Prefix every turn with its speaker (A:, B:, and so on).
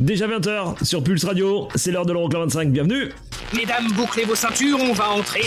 A: Déjà 20h sur Pulse Radio, c'est l'heure de l'Euroclub 25, bienvenue
B: Mesdames, bouclez vos ceintures, on va entrer